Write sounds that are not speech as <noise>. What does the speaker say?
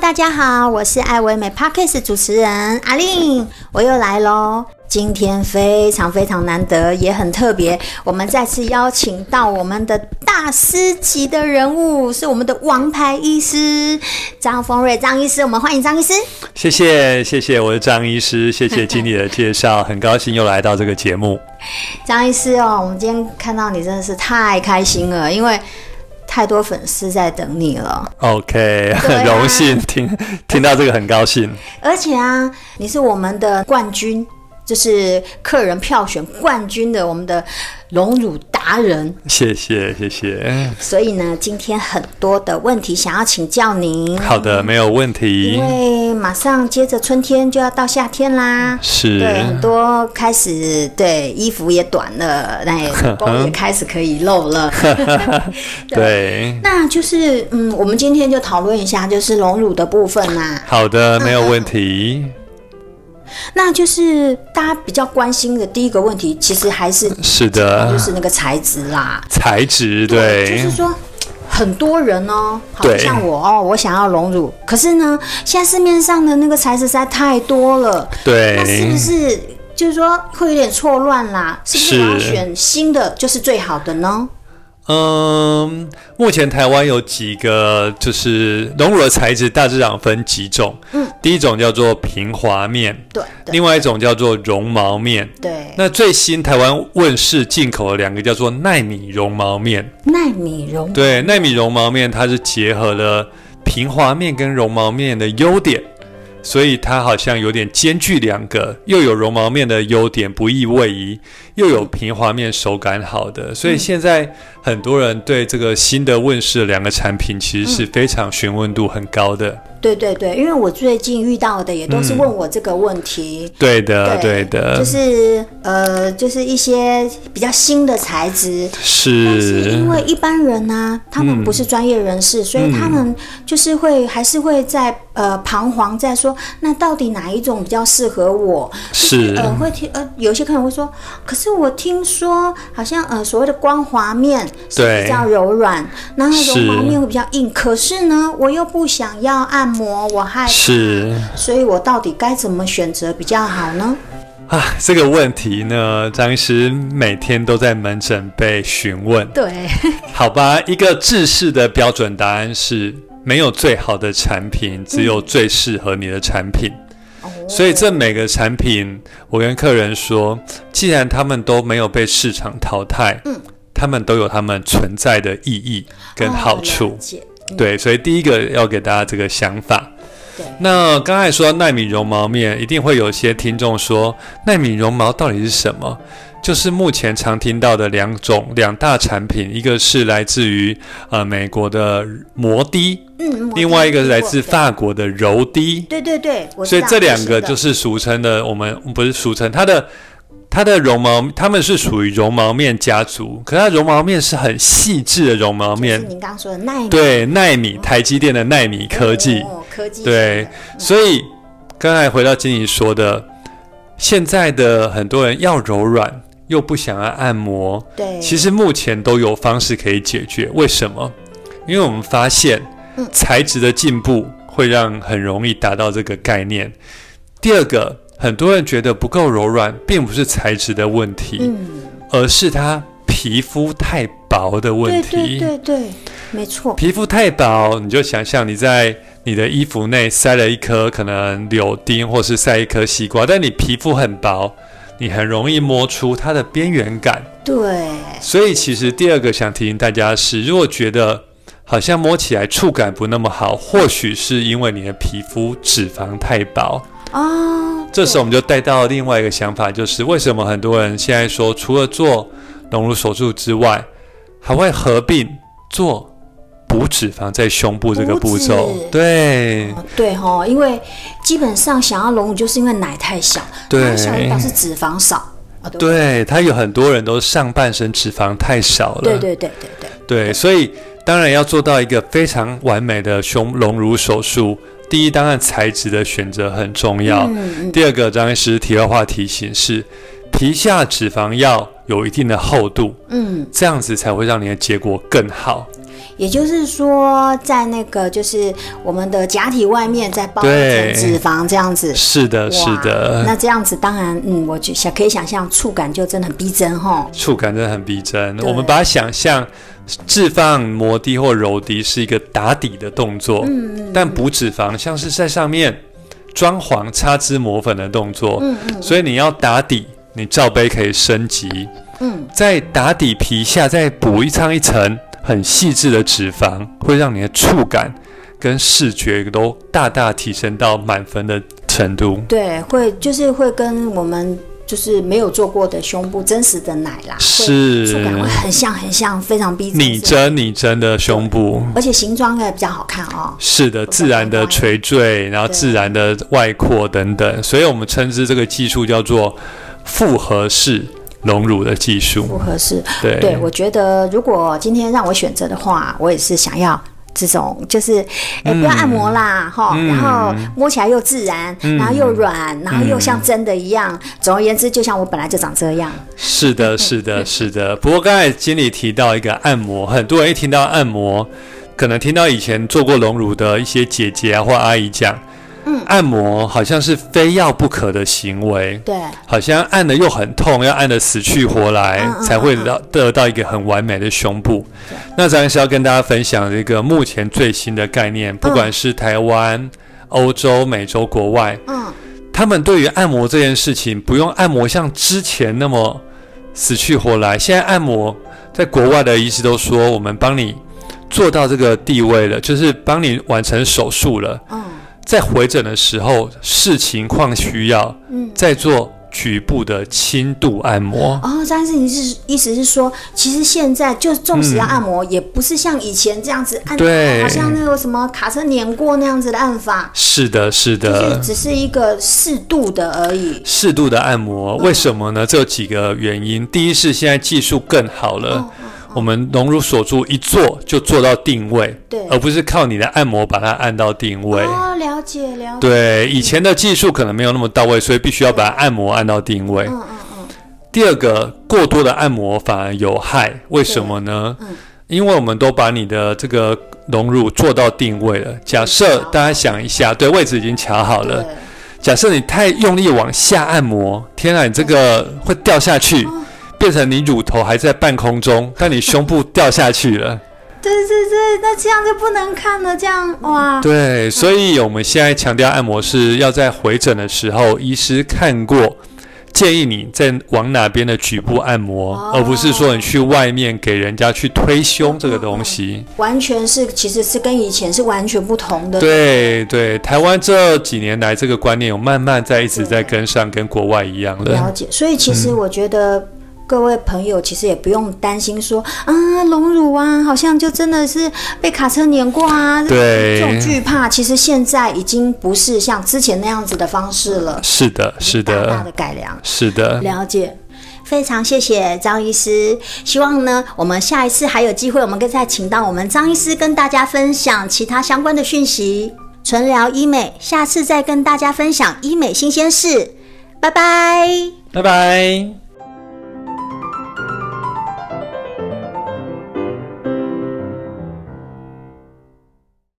大家好，我是爱唯美 Podcast 主持人阿令，我又来喽。今天非常非常难得，也很特别，我们再次邀请到我们的大师级的人物，是我们的王牌医师张丰瑞张医师，我们欢迎张医师。谢谢谢谢，我是张医师，谢 <laughs> 谢经理的介绍，很高兴又来到这个节目。张医师哦，我们今天看到你真的是太开心了，因为太多粉丝在等你了。 OK，、对啊很荣幸听听到这个很高兴。而且啊，你是我们的冠军，就是客人票选冠军的我们的荣辱达人。谢谢谢谢，所以呢，今天很多的问题想要请教您，好的，没有问题因。为马上接着春天就要到夏天啦。是对，很多开始对衣服也短了，那也光也开始可以露了。 <laughs> 对，那就是嗯，我们今天就讨论一下，就是隆乳的部分啦、好嗯的，没有问题。那就是大家比较关心的第一个问题，其实还是是的就，是那个材质啦。材质对就是说。很多人哦，好对像我哦，我想要隆乳，可是呢，现在市面上的那个材质实在太多了，那是对不是就是说会有点错乱啦？是不是是我要选新的就是最好的呢？嗯，目前台湾有几个就是荣乳的材质，大致上分几种。嗯，第一种叫做平滑面，对对另外一种叫做绒毛面。对，那最新台湾问世进口的两个叫做奈米绒毛面，耐米绒对，奈米绒毛面它是结合了平滑面跟绒毛面的优点，所以它好像有点兼具两个，又有绒毛面的优点不易位移，又有平滑面手感好的，所以现在很多人对这个新的问世的两个产品其实是嗯非常询问度很高的。对对对，因为我最近遇到的也都是嗯问我这个问题。对的，对的，就是呃，就是一些比较新的材质，但是因为一般人呢、他们不是专业人嗯士，所以他们就是会还是会在呃彷徨，在说那到底哪一种比较适合我？就是呃会听呃有些客人会说，可是我听说好像呃所谓的光滑面是对比较柔软，然后绒是毛面会比较硬，可是呢我又不想要按摩，我害怕，是。所以我到底该怎么选择比较好呢？啊，这个问题呢，张医师每天都在门诊被询问。对，好吧，一个制式的标准答案是没有最好的产品，只有最适合你的产品。所以这每个产品，我跟客人说，既然他们都没有被市场淘汰，嗯，他们都有他们存在的意义跟好哦了处。解对，所以第一个要给大家这个想法对。那刚才说到纳米绒毛面，一定会有些听众说，纳米绒毛到底是什么？就是目前常听到的两种两大产品，一个是来自于呃美国的摩的，嗯，我另外一个听是来过对自法国的柔的。对对对，我知所以道这两个就是是俗称的，我们不是俗称，它的它的绒毛，它们是属于绒毛面家族，可是它绒毛面是很细致的绒的毛就是面，您刚刚说的纳米对，纳米台积电的纳米科技，哦、科技对，所以刚才回到经理说的，现在的很多人要柔软又不想要按摩，对，其实目前都有方式可以解决。为什么？因为我们发现嗯材质的进步会让很容易达到这个概念。第二个，很多人觉得不够柔软，并不是材质的问题，嗯，而是它皮肤太薄的对问题。对对对，没错，皮肤太薄，你就想象你在你的衣服内塞了一颗可能柳丁，或是塞一颗西瓜，但你皮肤很薄，你很容易摸出它的边缘感。对所以其实第二个想提醒大家是，如果觉得好像摸起来触感不那么好，或许是因为你的皮肤脂肪太薄。哦，这时候我们就带到另外一个想法，就是为什么很多人现在说，除了做隆乳手术之外，还会合并做补脂肪在胸部这个步骤补脂？对哦对哈、因为基本上想要隆乳，就是因为奶太小，对奶小一般是脂肪少啊，对对，他有很多人都上半身脂肪太少了，对对对对对，对，所以当然要做到一个非常完美的胸隆乳手术，第一，当然材质的选择很重要；嗯嗯，第二个，张医师题外话提醒是，皮下脂肪要有一定的厚度，嗯，这样子才会让你的结果更好。也就是说，在那个就是我们的假体外面再包一层脂肪这样子。是的，是的。那这样子当然，嗯，我就想可以想象触感就真的很逼真哦哈。触感真的很逼真，我们把它想象。置放摩的或柔的是一个打底的动作，嗯、但补脂肪像是在上面装潢、擦脂抹粉的动作。嗯嗯、所以你要打底，你罩杯可以升级。嗯，在打底皮下再补一上一层很细致的脂肪，会让你的触感跟视觉都大大提升到满分的程度。对，会就是会跟我们。就是没有做过的胸部，真实的奶啦，是触感会很像很像，非常逼真。拟真拟真的胸部，而且形状也比较好看哦。是的，自然的垂坠，然后自然的外扩等等，所以我们称之这个技术叫做复合式隆乳的技术。复合式，对对，我觉得如果今天让我选择的话，我也是想要。这种就是，哎、欸，不要按摩啦，哈、嗯，然后摸起来又自然，嗯、然后又软，然后又像真的一样。嗯、总而言之，就像我本来就长这样。是的，是的，是的。不过刚才经理提到一个按摩，很多人一听到按摩，可能听到以前做过隆乳的一些姐姐啊或阿姨讲，嗯，按摩好像是非要不可的行为，对，好像按的又很痛，要按的死去活来才会得得到一个很完美的胸部。那咱是要跟大家分享这个目前最新的概念，不管是台湾、欧、嗯、洲、美洲、国外，嗯，他们对于按摩这件事情，不用按摩像之前那么死去活来。现在按摩，在国外的医师都说，我们帮你做到这个地位了，就是帮你完成手术了。嗯，在回诊的时候，视情况需要，嗯，再做。局部的轻度按摩哦，但是你是意思是说，其实现在就纵使要按摩，嗯、也不是像以前这样子按，对，好像那个什么卡车碾过那样子的按法。是的，是的，就是只是一个适度的而已。适度的按摩，为什么呢？嗯、这有几个原因。第一是现在技术更好了，哦、我们隆乳锁住一做就做到定位，对，而不是靠你的按摩把它按到定位。哦，了解了解。对，以前的技术可能没有那么到位，所以必须要把按摩。按到定位。嗯嗯嗯。第二个，过多的按摩反而有害，为什么呢？嗯，因为我们都把你的这个隆乳做到定位了。假设大家想一下，对位置已经卡好了。假设你太用力往下按摩，天啊，你这个会掉下去，变成你乳头还在半空中，但你胸部掉下去了。对对对，那这样就不能看了，这样哇。对，所以我们现在强调按摩是要在回诊的时候，医师看嗯过。建议你在往哪边的局部按摩，哦、而不是说你去外面给人家去推胸这个东西，完全是其实是跟以前是完全不同的。对对，台湾这几年来这个观念有慢慢在一直在跟上，跟国外一样的了解。所以其实我觉得。嗯各位朋友，其实也不用担心说啊，隆乳啊，好像就真的是被卡车碾过啊，这对种惧怕，其实现在已经不是像之前那样子的方式了。是的，是的，大大的改良。是的，了解。非常谢谢张医师，希望呢，我们下一次还有机会，我们再请到我们张医师跟大家分享其他相关的讯息。纯聊医美，下次再跟大家分享医美新鲜事。拜拜，拜拜。